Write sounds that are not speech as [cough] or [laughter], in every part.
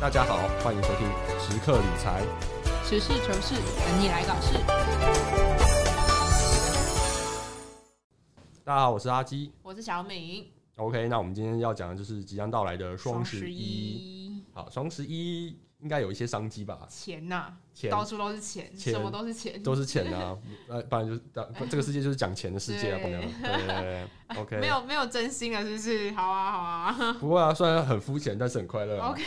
大家好，欢迎收听时刻理财。实事求是，等你来搞事。大家好，我是阿基。我是小敏， OK，那我们今天要讲的就是即将到来的双十一。一好，双十一应该有一些商机吧？钱呐、钱到处都是钱，钱什么都是钱，都是钱啊， [laughs] 呃，不然就是不这个世界就是讲钱的世界啊，对朋友们。对对对，OK。没有没有真心了，是不是？好啊好啊不过啊，虽然很肤浅，但是很快乐、啊。 ，OK，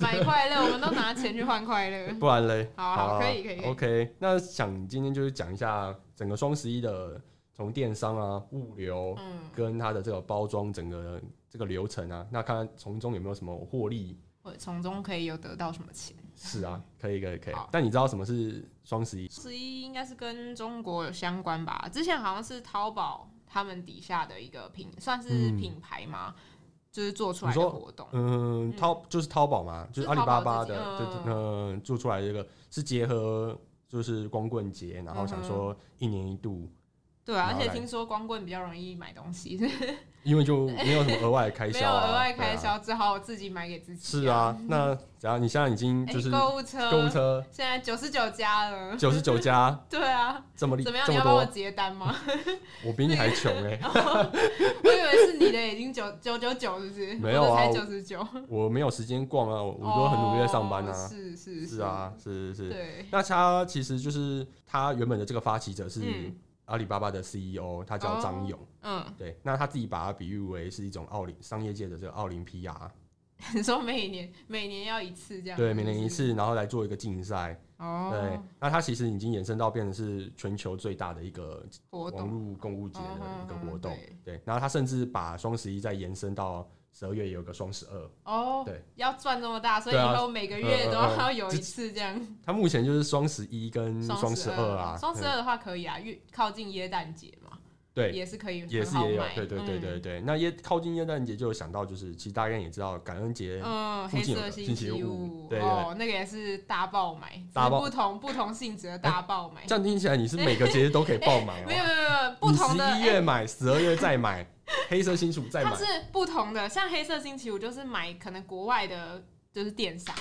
买快乐，我们都拿钱去换 [laughs] 快乐。不然嘞，啊好好可以可以可以 OK，那想今天就是讲一下整个双十一的从电商啊、物流嗯，跟它的这个包装整个这个流程啊，那看看从中有没有什么获利。我从中可以有得到什么钱？是啊，可以可以可以好。但你知道什么是双十一？十一应该是跟中国有相关吧？之前好像是淘宝他们底下的一个品，算是嗯品牌嘛，就是做出来你的说活动。嗯，淘就是淘宝嘛，就是阿里巴巴的就是淘宝，自己对，嗯，做出来这个是结合就是光棍节，然后想嗯说一年一度，对啊，然而后且来听说光棍比较容易买东西，因为就没有什么额外的开 [laughs] 没销有啊，额外对啊开销，只好我自己买给自己。是，啊，那只要你现在已经哎就是购物车，购物车现在九十九家了。九十九家对啊，这么厉怎么样？这你么要帮我多，结单吗？ [laughs] 我比你还穷哎、我以为是你的已经九九九九，是不是？没有啊我的才我九十九。我没有时间逛啊，我我都很努力在上班哦啊，是是是啊，，是是是。对，那他其实就是他原本的这个发起者是嗯哦阿里巴巴的 CEO，他叫张勇。嗯， [laughs] 对，那他自己把它比喻为是一种奥林商业界的这个奥林匹亚，你说每年每年要一次这样？对，每年一。次，然后来做一个竞赛。哦，对，那它其实已经延伸到变成是全球最大的一个活网动络购物节的一个活动嗯嗯。嗯对，然后他甚至把双十一再延伸到十二月有个双十二。哦，对，要赚这么大，所以对啊以后每个月嗯嗯都嗯要有一这次这样。他目前就是双十一跟双十二啊，双十嗯二的话可以啊，越靠近耶诞节嘛，对。也是可以很好买，也是也有，对对对对嗯。对。那耶靠近耶诞节就有想到，就是其实大家也知道，感恩节嗯，附黑近有色个星星期期五五，对对哦，那个也是大爆买，只大是爆哎不同不同性质的大爆买，这样听起来，你是每个节日都可以爆满没哦。有没有没有没有，不你同的，十一哎月买，十二月再买，黑色星期五再它买是，不同的，像黑色星期五就是买可能国外的，就是电商，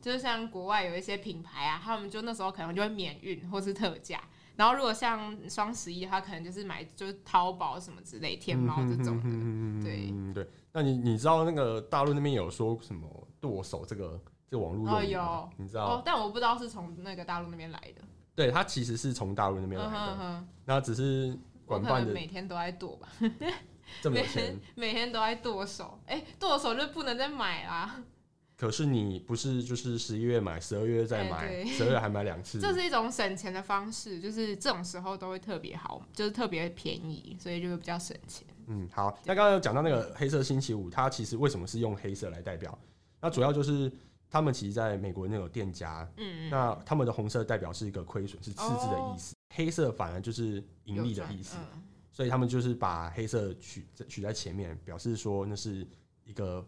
就是像国外有一些品牌啊，他们就那时候可能就会免运或是特价。然后如果像双十一，它可能就是买就是淘宝什么之类、天猫这种的，哦嗯对嗯对。那你你知道那个大陆那边有说什么剁手这个这个网络用语吗哦？你知哦道？，但我不知道是从那个大陆那边来的。对，它其实是从大陆那边嗯来哼的，哼，那只是我管可办能的每天都在剁吧，这么每有钱天， [laughs] 每天都在剁手。哎、剁手就不能再买啦，可是你不是就是十一月买，十二月再哎买，对十二月还买两次，这是一种省钱的方式，就是这种时候都会特别好，就是特别便宜，所以就会比较省钱。嗯，好，那刚刚有讲到那个黑色星期五，它其实为什么是用黑色来代表？那主要就是他们其实在美国那种店家，嗯，嗯那他们的红色代表是一个亏损，是赤字的意思，黑色反而就是盈利的意思，有赚嗯所以他们就是把黑色取取在前面，表示说那是一个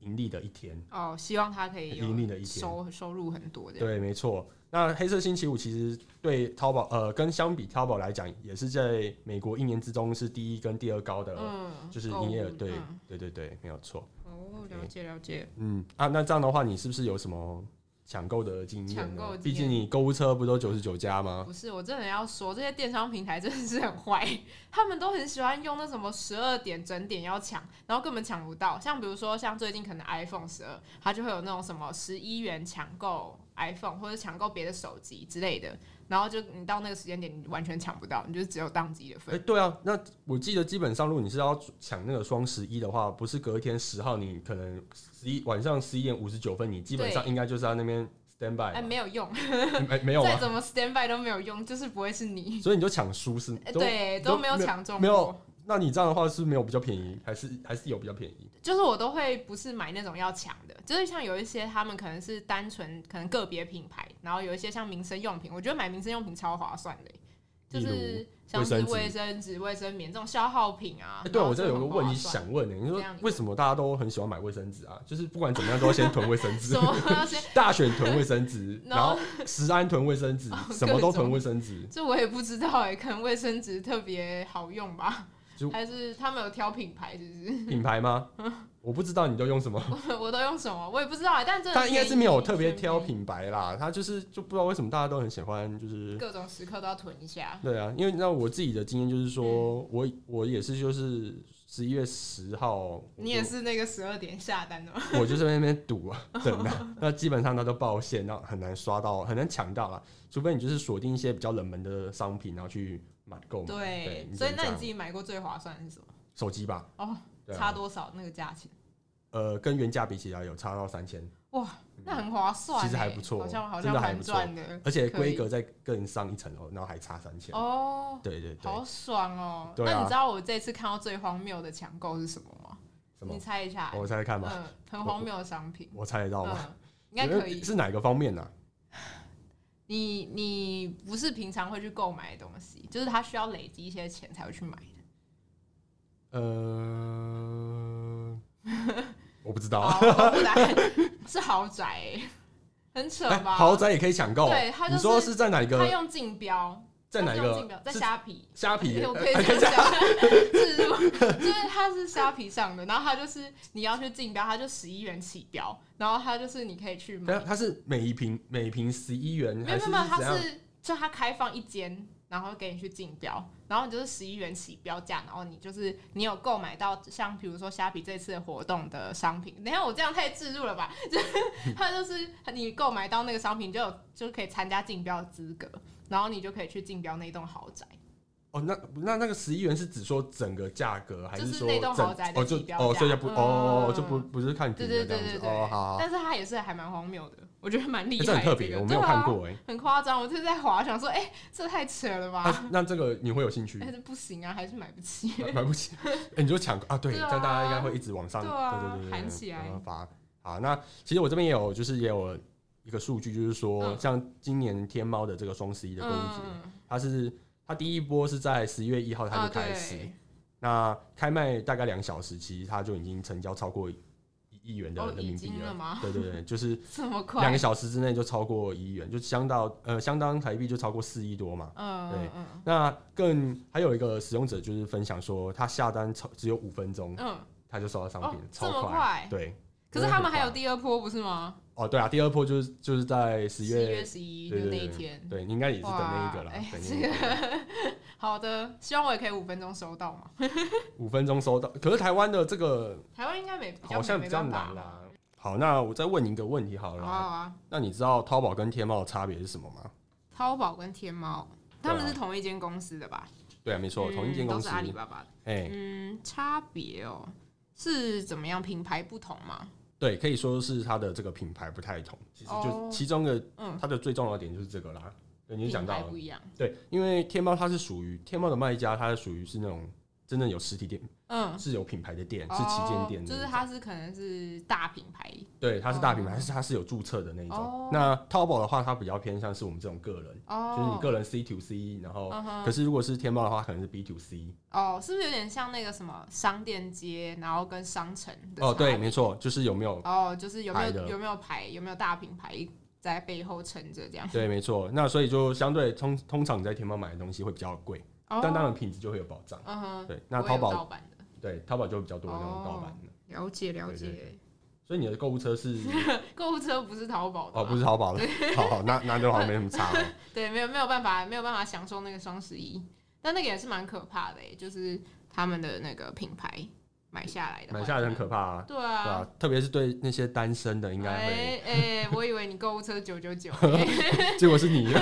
盈利的一天。哦，希望他可以有盈利的一天收收入很多的。对，没错。那黑色星期五其实对淘宝，呃，跟相比淘宝来讲，也是在美国一年之中是第一跟第二高的，嗯，就是购物营业额。对，嗯对对对，没有错。哦，了解了解。嗯啊，那这样的话，你是不是有什么抢购的经验抢呢购？毕经验竟你购物车不都九十九家吗？不是，我真的要说，这些电商平台真的是很坏，他们都很喜欢用那什么十二点整点要抢，然后根本抢不到。像比如说，像最近可能 iPhone 十二，它就会有那种什么十一元抢购 iPhone 或者抢购别的手机之类的，然后就你到那个时间点，你完全抢不到，你就只有当机的哎、份。对啊，那我记得基本上，如果你是要抢那个双十一的话，不是隔一天十号，你可能十一晚上十一点五十九分，你基本上对应该就是在那边 stand 哎， by，没有用，嘛没没有再啊，怎么 stand by 都没有用，就是不会是你。所以你就抢输是欸都。对，都都没有抢中没有过。那你这样的话是没有比较便宜，还是还是有比较便宜？就是我都会不是买那种要抢的，就是像有一些他们可能是单纯可能个别品牌，然后有一些像民生用品，我觉得买民生用品超划算的、欸就例如是像是卫生纸卫生纸、卫生棉这种消耗品啊。哎对啊，然我后这有就个很划问题算，想问呢、你说怎样为什么大家都很喜欢买卫生纸啊？就是不管怎么样都要先囤卫生 [laughs] 纸什。么那些，，大选囤卫生纸 [laughs] 然然后后食安囤卫生纸哦，什么都各种囤卫生纸。这我也不知道哎、可能卫生纸特别好用吧就？还是他们有挑品牌，是不是？品牌吗？我我不知道你都用什 [laughs] 么，我都用什么，我也不知道欸，但真的但应该便是没有宜特别便宜挑品牌啦，他就是就不知道为什么大家都很喜欢，就是各种时嗯刻都要囤一下。对啊，因为那我自己的经验就是说，我我也是就是十一月十号，你也是那个十二点下单的吗？我就，我就是在那边赌啊， [laughs] 等啊，那基本上它都爆线，那很难刷到，很难抢到啦，除非你就是锁定一些比较冷门的商品，然后去买购买。对对，你所以只能那这你样自己买过最划算的是什么？手机吧，哦，对啊差多少那个价钱？呃，跟原价比起来有差到三千，那很划算嗯欸，其实还不错好像好真像的还蛮不错赚的而且可规以格再更上一层楼，然后还差三千。哦，对对对，好爽哦！对啊那你知道我这次看到最荒谬的抢购是什么吗？什么哦你？猜一下，我猜猜看吧，嗯，很荒谬的商品，我猜得到吗？嗯， [laughs] 应该可以。是哪个方面啊呢、你你不是平常会去购买的东西，就是它需要累积一些钱才会去买的。 [laughs] 呃，我不知道。哦豪宅 [laughs] 是豪宅欸，很扯哎吧？ [laughs] 豪宅也可以抢购，哦对它就你是说是在哪一他个？用竞标，在哪一它是用竞个标？在是虾皮。虾皮哎我？可以这样 [laughs] 讲，自入 [laughs] 就是它是虾皮上的，然后它就是你要去竞标，它就十一元起标，然后它就是你可以去买它，它是每一瓶每一瓶十一元，没啊还有没有是没有，怎它样？是就它开放一间，然后给你去竞标，然后你就是十一元起标价，然后你就是你有购买到像比如说虾皮这次的活动的商品，等一下我这样太自入了吧？ [laughs] 就是它就是你购买到那个商品就有就可以参加竞标的资格，然后你就可以去竞标那栋豪宅。哦，那那那个十一元是指说整个价格，还就是说那栋整豪宅的哦就起标哦，价所以它不嗯哦就不不是看对品对的这对样对子对，哦，好，好但是它也是还蛮荒谬的，我觉得蛮厉哎害这的、很特别，个我没有对看啊，过哎。 [laughs] 很夸张。我这是在滑，想说，哎、这太扯了吧？啊那那这个你会有兴趣但？是不行啊，还是买 [laughs] 不起。买买不起，哎你就抢购啊？对，这对啊样大家应该会一直往上，对啊对对对对，喊起来然后发好，那其实我这边也有，就是也有一个数据，就是说，嗯像今年天猫的这个双十一的购物节，嗯，它是它第一波是在十一月一号它啊就开始，对，那开卖大概两小时，其实它就已经成交超过一亿元的哦，人已民币经了了。吗？对对对，就是这么两 [laughs] 快个？小时之内就超过一亿元，就相当呃相当台币就超过四亿多嘛。嗯对嗯嗯那更还有一个使用者就是分享说，他下单超只有五分钟，嗯，他就收到商哦品，，这超么快。对，可真是的他很们还有快第二波不是吗？哦，对啊，第二波就是就是在十十月，十一对就对那对一天。对，你应该也是等那一个哇啦哎，等这那一个好的，希望我也可以五分钟收到嘛。五分钟收到。可是台湾的这个台湾应该没，好像比较难了。啦。好，那我再问你一个问题好好了啊啦，好啊，那你知道淘宝跟天猫的差别是什么吗？淘宝跟天猫，他们对啊是同一间公司的吧？对啊，没错，同一间嗯公都司是。阿里巴巴的。哎，嗯，差别哦，是怎么样？品牌不同吗？对，可以说是它的这个品牌不太同。其实就哦其中的嗯，它的最重要的点就是这个啦。对，你就讲品到牌了不，一样。对，因为天猫它是属于天猫的卖家，它是属于是那种真正有实体店，嗯，是有品牌的店，是旗舰店哦的就是那种。它是可能是大品牌。对，它是大品牌，哦但是它是有注册的那一种哦。那淘宝的话，它比较偏向是我们这种个人，哦，就是你个人 C to C，然后嗯哼可是如果是天猫的话，可能是 B to C。哦，是不是有点像那个什么商店街，然后跟商城的哦，差对，别没错，就是有没有哦，就是有没牌的有有没有牌，有没有大品牌在背后撑着这样？对，没错。那所以就相对通通常你在天猫买的东西会比较贵，哦，但当然品质就会有保障。嗯哼，对，那我也淘有哦宝盗版的，对淘宝就比较多那种盗版的。了解了对对解。所以你的购物车 [laughs] 是购物车不是淘宝的哦，吧不是淘宝的， [laughs] 好好，那那就好像没什么差 [laughs] 了。对，没有没有办法，没有办法享受那个双十一，但那个也是蛮可怕的欸，就是他们的那个品牌买下来的话，买下来很可怕啊，对对吧、啊，特别是对那些单身的，应该会，哎哎，我以为你购物车九 [laughs] 九九，那结果是 [laughs] 你，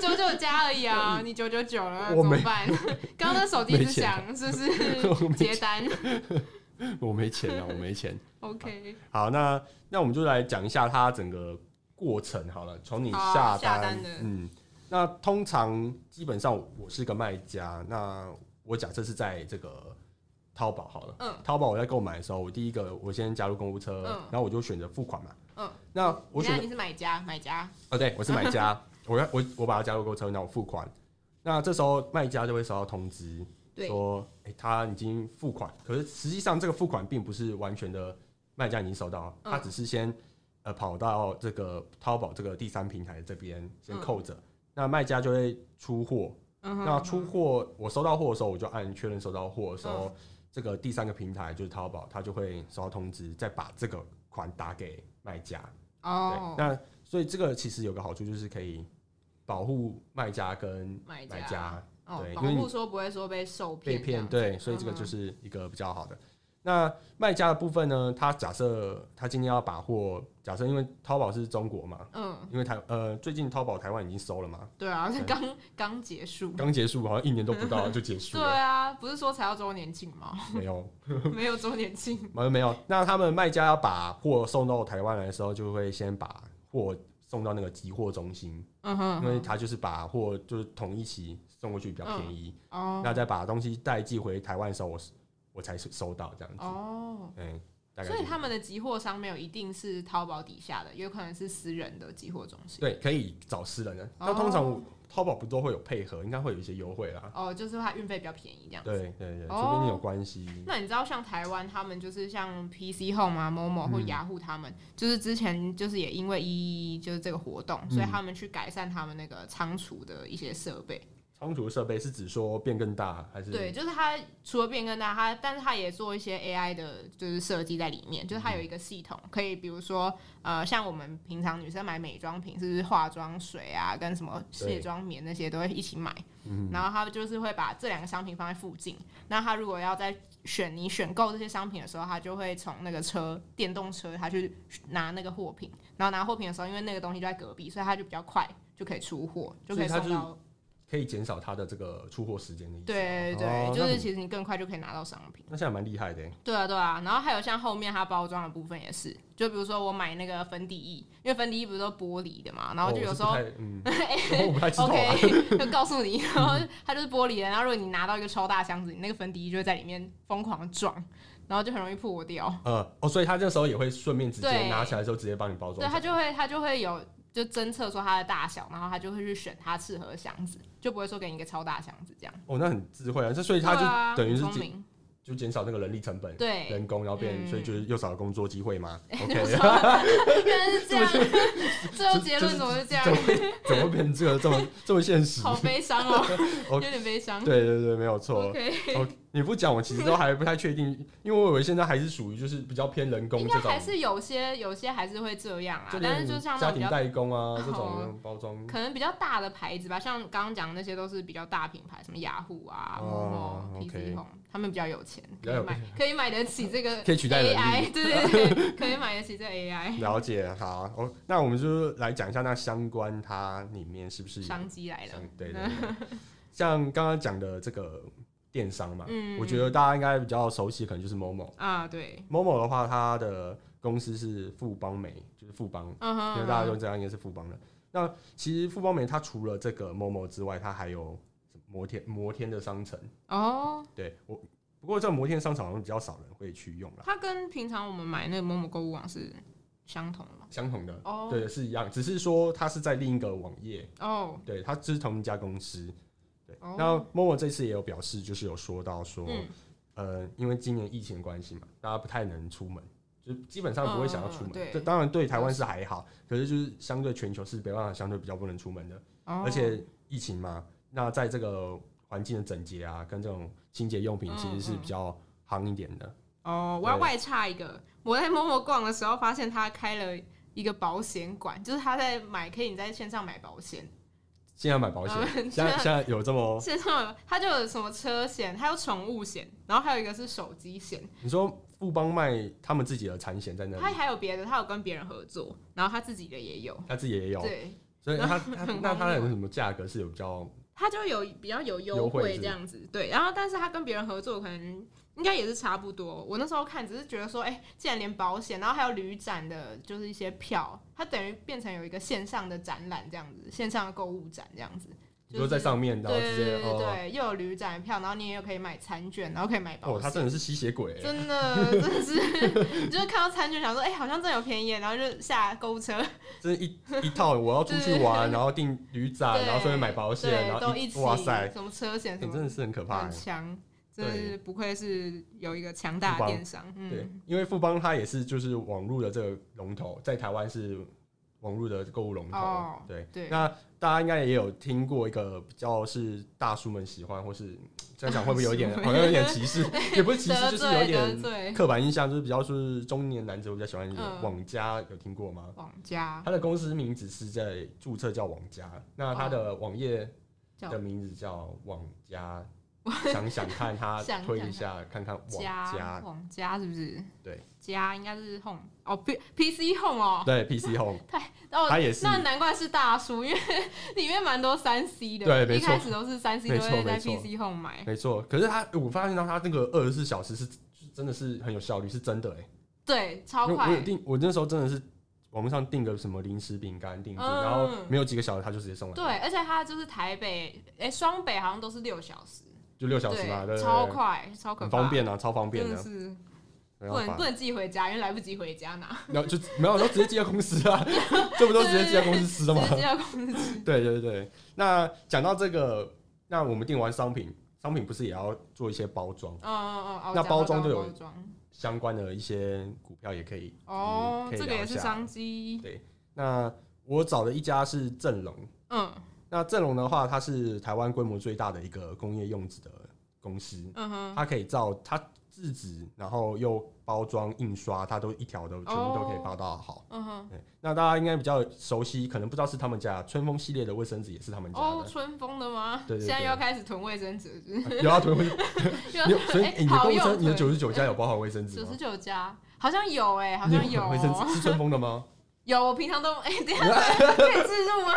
九九加而已啊，你九九九了我怎没么办？ [laughs] 刚刚那手机一直响，是不我是没接单 [laughs] 我没钱啊，我没钱。 ？OK，好，那那我们就来讲一下它整个过程好了，从你好啊下单，下单的嗯，那通常基本上我是个卖家，那我假设是在这个淘宝好了，嗯，淘宝我在购买的时候，我第一个我先加入购物车，嗯然后我就选择付款嘛，嗯，那我现选在择你是买家，买家，哦，对我是 [laughs] 买家，我要我我把它加入购物车，那我付款，那这时候卖家就会收到通知，对，说，哎、他已经付款，可是实际上这个付款并不是完全的卖家已经收到，嗯他只是先呃跑到这个淘宝这个第三平台这边先嗯扣着，那卖家就会出货。嗯哼嗯那出货我收到货的时候，我就按确认收到货的时候，这个第三个平台就是淘宝，它就会收到通知，再把这个款打给卖家。哦，对，那所以这个其实有个好处就是可以保护卖家跟买买家家哦对，保因为护你说不会说被受骗被这骗，样对，所以这个嗯哼就是一个比较好的。那卖家的部分呢，他假设他今天要把货，假设因为淘宝是中国嘛，嗯，因为台呃最近淘宝台湾已经收了嘛，对啊，对刚刚结束，刚结束好像一年都不到就结束对 [laughs] 了，啊，不是说才要周年庆吗？ [laughs] 没有，没有周年庆，没有没有。那他们卖家要把货送到台湾来的时候，就会先把货送到那个集货中心，嗯哼，因为他就是把货就是统一起送过去比较便宜，哦那再把东西代寄回台湾的时候，我我才收到这样子。哦，嗯，大概所以就是他们的集货商没有一定是淘宝底下的，有可能是私人的集货中心。对可以找私人的。那哦通常淘宝不都会有配合，应该会有一些优惠啦。哦，就是它运费比较便宜这样子。对对对，哦除非你有关系。那你知道像台湾他们就是像 PC Home 啊、Momo 或嗯雅虎他们，就是之前就是也因为一就是这个活动，嗯所以他们去改善他们那个仓储的一些设备。仓储设备是指说变更大还是？对，就是它除了变更大，它但是它也做一些 AI 的，就是设计在里面，就是它嗯有一个系统，可以比如说呃，像我们平常女生买美妆品，是不是化妆水啊，跟什么卸对妆棉那些都会一起买，嗯然后它就是会把这两个商品放在附近，那它如果要在选你选购这些商品的时候，它就会从那个车电动车，它去拿那个货品，然后拿货品的时候，因为那个东西就在隔壁，所以它就比较快就可以出货，就所可以它送就是到。可以减少它的这个出货时间的意思。对对，哦就那是很其实你更快就可以拿到商品。那现在蛮厉害的欸，对啊，对啊，然后还有像后面它包装的部分也是，就比如说我买那个粉底液，因为粉底液不是都玻璃的嘛，然后就哦我有是时不候、太 [laughs] 嗯， [laughs] 我不太知道啊。 OK 就告诉你，然后它就是玻璃的，然后如果你拿到一个超大箱子，你那个粉底液就会在里面疯狂地撞，然后就很容易破掉。呃，哦，所以他这时候也会顺便直接对拿起来的时候直接帮你包装对，起它来。就会它就会有就侦测说它的大小，然后它就会去选它适合的箱子，就不会说给你一个超大箱子这样。哦，那很智慧啊，这所以他对啊就等于是很聪减明，就减少那个人力成本、对，人工，然后变，嗯所以就是又少了工作机会 [laughs] 嘛。就 OK，说原来是这样，最后结论怎么是这 [laughs] 样怎？么会怎么会变成这个这么这么现实？好悲伤哦，有 OK 点悲伤。对对对，没有错。 OK，哦，你不讲我其实都还不太确定， [laughs] 因为我以为现在还是属于就是比较偏人工应这该种还，是有些有些还是会这样啊就，但连是就像那家种比庭较代工啊这哦种包装，可能比较大的牌子吧，像刚刚讲的那些都是比较大品牌，什么雅虎啊、哦 Momo、 OK PC Home，他们比较有钱，比可较有以买可以买得起这个可以取代人力 AI，对 [laughs] 对对，可以买得起这 AI 了解，好，哦，那我们就来讲一下那相关它里面是不是有商机来了像。对对对，像刚刚讲的这个电商嘛，嗯我觉得大家应该比较熟悉，可能就是 Momo。 [laughs] 啊，对， Momo 的话，它的公司是富邦美，就是富邦，嗯因哼，为大家都嗯哼知道应该是富邦的。那其实富邦美它除了这个 Momo 之外，它还有什么摩天摩天的商城。哦，对我，不过这个摩天商场好像比较少人会去用啦，它跟平常我们买那个某某购物网是相同的吗？相同的，哦，对，是一样，只是说它是在另一个网页。哦，对，它这是同一家公司。对，哦那 Momo 这次也有表示，就是有说到说，嗯，呃，因为今年疫情的关系嘛，大家不太能出门，就基本上不会想要出门。嗯对这当然对台湾是还好，可是就是相对全球是没办法，相对比较不能出门的，哦而且疫情嘛，那在这个环境的整洁啊，跟这种清洁用品嗯其实是比较夯一点的。哦，我要对外插一个，我在某某逛的时候发现他开了一个保险馆，就是他在买，可以你在线上买保险，现在买保险，[laughs] 嗯现在 [laughs] 现在有这么，线上有他就有什么车险，还有宠物险，然后还有一个是手机险，你说富邦卖他们自己的产险在那他里，还有别的，他有跟别人合作，然后他自己的也有，他自己也有，对，所以 [laughs] 他他很那荒他的谬什么价格是有比较他就有比较有优优惠惠是这样子，对，然后但是他跟别人合作可能。应该也是差不多。我那时候看，只是觉得说，哎、既然连保险，然后还有旅展的，就是一些票，它等于变成有一个线上的展览这样子，线上的购物展这样子。你说在上面，然后对直对接对对哦，对，又有旅展票，然后你也有可以买餐券，然后可以买保哦，他真险。的是吸血鬼欸，真的，真的是， [laughs] 你就是看到餐券，想说，哎、好像真的有便宜耶，然后就下购物车，真的一一套，我要出去 [laughs] 玩，然后订旅展，对，啊然后顺便买保险，对，然后都起，哇塞，什么车险欸什真么，的是很可怕很欸。强，真的对是不愧是有一个强大富的邦电商，对嗯，，因为富邦它也是就是网络的这个龙头，在台湾是网络的购物龙头。哦对，对，那大家应该也有听过一个比较是大叔们喜欢，或是这样讲会不会有一点大叔们好像有点歧 [laughs] 视？也不是歧视，得就是有罪得点罪刻板印象，就是比较是中年男子会比较喜欢一点嗯网家，有听过吗？网家他的公司名字是在注册叫网家，那他的网页哦叫的名字叫网 [laughs] 家。想想看，他想推想一下看看网家家，网家是不是？对，家应该是 home 哦，P P C home 哦，对 PC Home，哦，他也是那难怪是大叔，因为里面蛮多三 C 的，对没一错开始都是三 C 没都错会在没错 PC home 买，没错，可是他我发现到他这个二十四小时是是真的是很有效率，是真的哎、对，超因为我有快，订，我那时候真的是网络上订个什么零食饼干订制，嗯然后没有几个小时他就直接送来，对，而且它就是台北，哎，双北好像都是六小时，就六小时嘛，对，对超，对快，超可很怕，方便啊，超方便真的的，是没不办能法不能自己回家，因为来不及回家拿，然后就没有，然后直接寄到公司 [laughs] 啊，这不都直接寄到公司吃的吗直？接要公司吃，对对对，那讲到这个，那我们订完商品，商品不是也要做一些包装，嗯嗯 [laughs] 嗯，哦那讲包到装就有包装相关的一些股票也可以哦，嗯可以这个聊也一是下商机，那我找的一家是正隆，嗯那正隆的话，它是台湾规模最大的一个工业用纸的公司，嗯哼，它可以造它制纸，然后又包装、印刷，它都一条都全部都可以哦包到好。嗯哼，对，那大家应该比较熟悉，可能不知道是他们家春风系列的卫生纸也是他们家的。哦，春风的吗？对对对现在又要开始囤卫生纸，是啊有啊，对， [laughs] 你不是有所以、哎欸你的好卫生，用你的囤九十九家有包含卫生纸九吗十？九家，好像有哎、好像你有、卫生哦，纸是春风的吗？ [laughs] 有。我平常都哎、等一下 [laughs] 可以自入吗？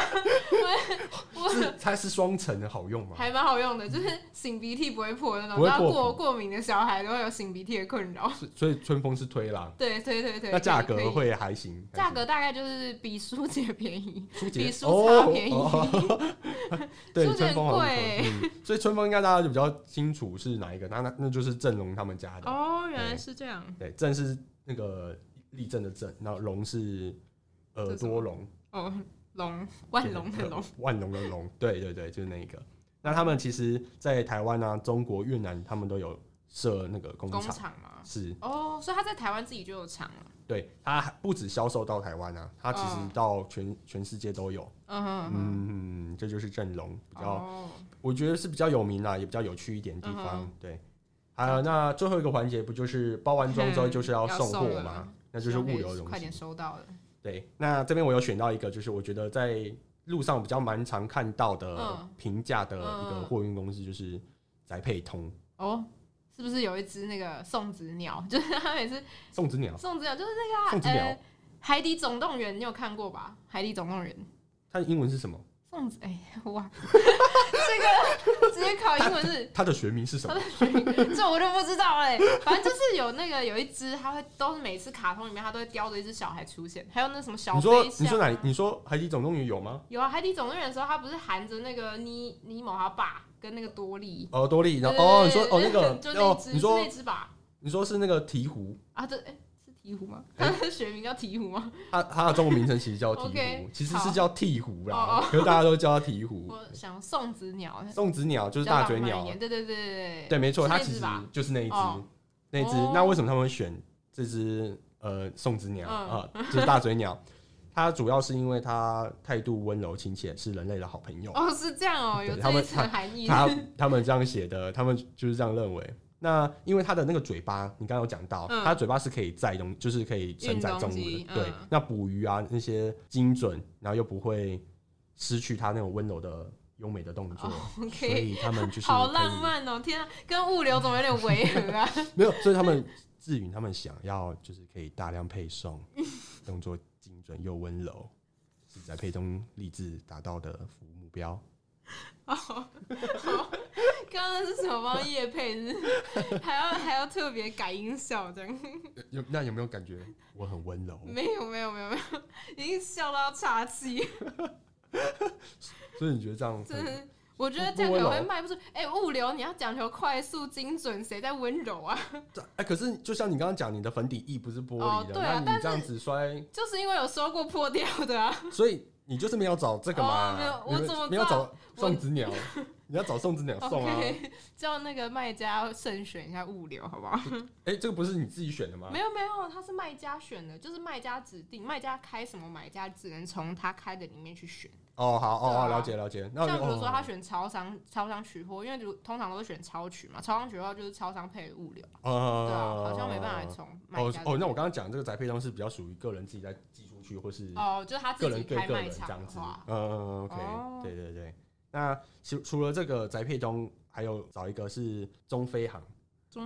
我是我它是双层的好用吗？还蛮好用的，就是擤鼻涕不会破的那不种，会然后破过皮过敏的小孩都会有擤鼻涕的困扰。 [laughs] 是所以春风是推啦，对对对对，那价可格以可以会还行，还价行格大概就是比舒姐便宜，舒洁比舒茶便宜。哦 [laughs] 对，舒洁春很风好像是贵春风嗯所以春风应该大家就比较清楚是哪一个，那那那就是正龙他们家的。哦，原来是这样对，正是那个立正的正，然后龙是耳朵龙，哦，龙万龙的龙，，万龙的龙。对对对，就是那一个。那他们其实，在台湾啊、中国、越南，他们都有设那个工工厂，厂嘛。是哦，所以他在台湾自己就有厂了。对它不止销售到台湾啊，它其嗯实到全全世界都有。嗯哼哼，嗯，这就是正龙比较哦，我觉得是比较有名啦，也比较有趣一点的地方。嗯对，还有那最后一个环节不就是包完装之后嗯就是要要送送货了吗？那就是物希望可以流的东快点西。收到了。对，那这边我有选到一个，就是我觉得在路上比较蛮常看到的嗯平价的一个嗯嗯货运公司，就是宅配通哦，是不是有一只那个送子鸟？ [laughs] 就是它每次送子鸟。送子鸟，就是那个啊送子鸟呃海底总动员》，你有看过吧？《海底总动员》它的英文是什么？送子，哎、哇， [laughs] 这个直接考英文是。它的学名是什它么？的学名这我就不知道哎、反正就是有那个有一只，它会都是每次卡通里面它都会叼着一只小孩出现，还有那什么小你说飞你象说啊、哪？你说海底总动员有吗？有啊，《海底总动员》的时候，它不是含着那个尼尼莫他爸跟那个多利，哦，多利，然后对哦，你说对哦那个就那哦只，，你是说那只吧？你说是那个鹈鹕，啊，对，哎、是鹈鹕吗？它的 [laughs] 学名叫鹈鹕吗？它它的中文名称其实 [laughs] 叫鹈 OK，鹕，其实好是叫鹈鹕哦啦， [laughs] 可是大家都叫它鹈鹕。 [laughs] 我想送子鸟，送子鸟就比是较浪大漫嘴一鸟，点对对对对对，没错，是那它只其实吧就是那一只哦，那一只哦。那为什么他们会选这只呃送子鸟嗯啊？就是大嘴鸟，它主要是因为它态度温柔亲切，是人类的好朋 [laughs] 友。哦，是这样哦，对有他这一们层含义。他他们这样写的，他们就是这样认为。那因为它的那个嘴巴，你刚刚有讲到，嗯它嘴巴是可以载东，就是可以承载重运东物西的。对嗯，那捕鱼啊那些精准，然后又不会失去它那种温柔的优美的动作，所 [laughs] 哦 OK，以他们就是好可以浪漫哦！天啊，跟物流怎么有点违和啊？ [laughs] 没有，所以他们志云他们想要就是可以大量配 [laughs] 送，动作精准又温柔，是在配中立志达到的服务目标。刚刚是什么帮叶配是不是还要还要特别改音效这样？有那有没有感觉我很温柔？没有没有没有没有，已经笑到要岔气，所以你觉得这样真很的。我觉得这样可能会卖不出。哎、物流你要讲求快速精准，谁在温柔啊？ [laughs] 这哎、可是就像你刚刚讲，你的粉底液不是玻璃哦的，对啊那但你这样子摔，就是因为有收过破掉的啊。所以你就是没有找这个嘛？哦没有我你怎么没有知道找送子鸟？你要找送子鸟 [laughs] 送啊？哎、 OK，叫那个卖家慎选一下物流，好不好？这个不是你自己选的吗 [laughs] 没？有没有，他是卖家选的，就是卖家指定，卖家开什么，买家只能从他开的里面去选。哦，好，哦，对啊哦了解了解。那我像就比如说他哦选超商，超商取货，因为如通常都是选超取嘛，超商取货就是超商配物流，对啊，呃，好像没办法从卖哦家这哦，那我刚边刚讲这个宅配商是比较属于个人自己在寄出去，或是哦，就是他个自己人对开个卖人这场样的子话。，嗯，OK，、哦对对对。那除除了这个宅配中，还有找一个是中飞航。嗯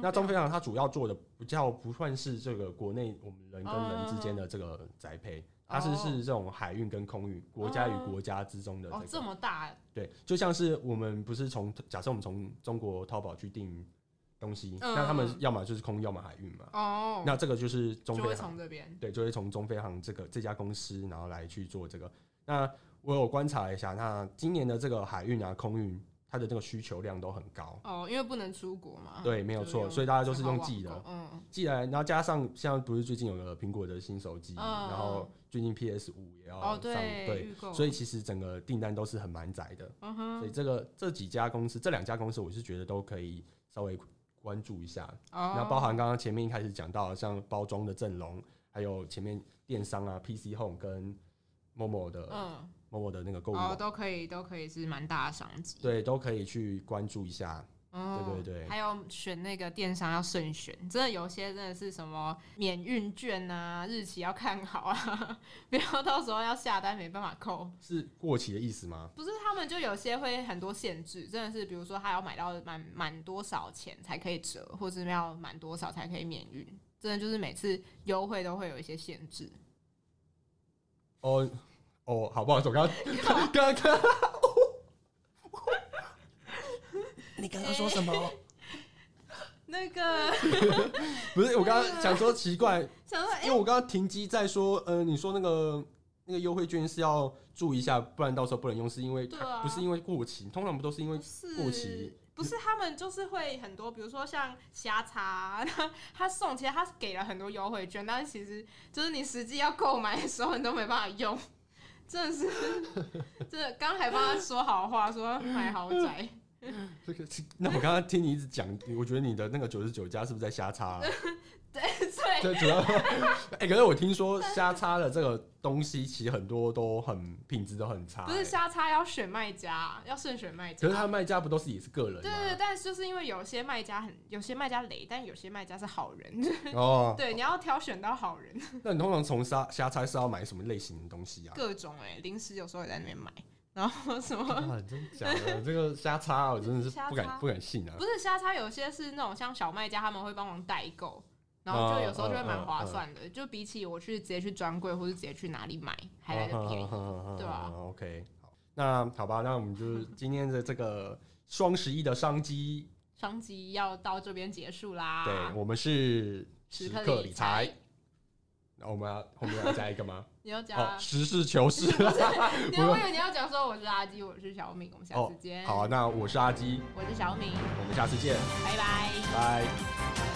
那啊中飞航它主要做的比较不算是这个国内我们人跟人之间的这个宅配，它是哦是这种海运跟空运，国家与国家之中的哦这这个。么大，对，就像是我们不是从假设我们从中国淘宝去订东西，嗯那他们要么就是空，要么海运嘛。哦，那这个就是中就飞会航。从这边对，就会从中飞航这个这家公司，然后来去做这个。那我有观察一下，那今年的这个海运啊、空运，它的这个需求量都很高。哦，因为不能出国嘛，对，没有嗯就是错，用所以大家都是长用网寄购的，嗯，寄来，然后加上现在不是最近有个苹果的新手机，嗯然后最近 PS 五也要上，哦对，对，预购，所以其实整个订单都是很满载的。嗯所以哼，这个这几家公司，这两家公司，我是觉得都可以稍微关注一下。那那包含刚刚前面一开始讲到的，像包装的阵容，还有前面电商啊、PC Home 跟 Momo 的、嗯， Momo 的那个购物哦网，都可以，都可以是蛮大的商机，对，都可以去关注一下。哦，对对对还有选那个电商要慎选，真的有些真的是什么免运券啊，日期要看好啊， [laughs] 不要到时候要下单没办法扣。是过期的意思吗？不是他们就有些会很多限制，真的是比如说他要买到满满多少钱才可以折，或是要满多少才可以免运，真的就是每次优惠都会有一些限制。哦哦，好不好意思，我刚 [laughs] [laughs] 刚刚刚你刚刚说什么？那个不是我刚刚想说奇怪，想 [laughs] 说，哎、因为我刚刚停机在说，呃，你说那个那个优惠券是要注意一下，不然到时候不能用，是因为对啊它不是因为过期，通常不都是因 [laughs] 为不是过期不是他们就是会很多，比如说像虾茶啊，他他送其实他给了很多优惠券，但是其实就是你实际要购买的时候，你都没办法用，真的是，真的刚还帮他说好话，说买豪 [laughs] 宅，这个？那我刚刚听你一直讲，我觉得你的那个九十九家是不是在瞎插啊、对对，这主要， [laughs] 哎、可是我听说瞎插的这个东西，其实很多都很品质都很差、不是哎，虾叉要选卖家，要慎选卖家可是。他卖家不都是也是个人吗？啊对对对，但是就是因为有些卖家很，有些卖家雷，但有些卖家是好人。哦，啊 [laughs] 对，你要挑选到好人，那你通常从瞎瞎猜是要买什么类型的东西啊？ [laughs] [laughs] 各种哎、零食有时候也在那边买，然后什么哇，啊真的假的？这个瞎插，啊我真的是瞎不插敢不敢信啊！不是虾叉，有些是那种像小卖家，他们会帮忙代购，然啊后就有时候就嗯会蛮划算的。就比起我去直接去专柜或是直接去哪里买，还来得便啊宜。宜对吧？OK，好，那好吧，那我们就是今天的这个双十一的商机，上集要到这边结束啦。对，我们是时刻刻理财财。那我们要后面要加一个吗？你要哦，加，实事求是。 [laughs] 你要我以为你要讲说我是阿基，我是小敏，我们下哦次见。啊好，那我是阿基，我是小敏，我们下次见，拜拜。拜。拜拜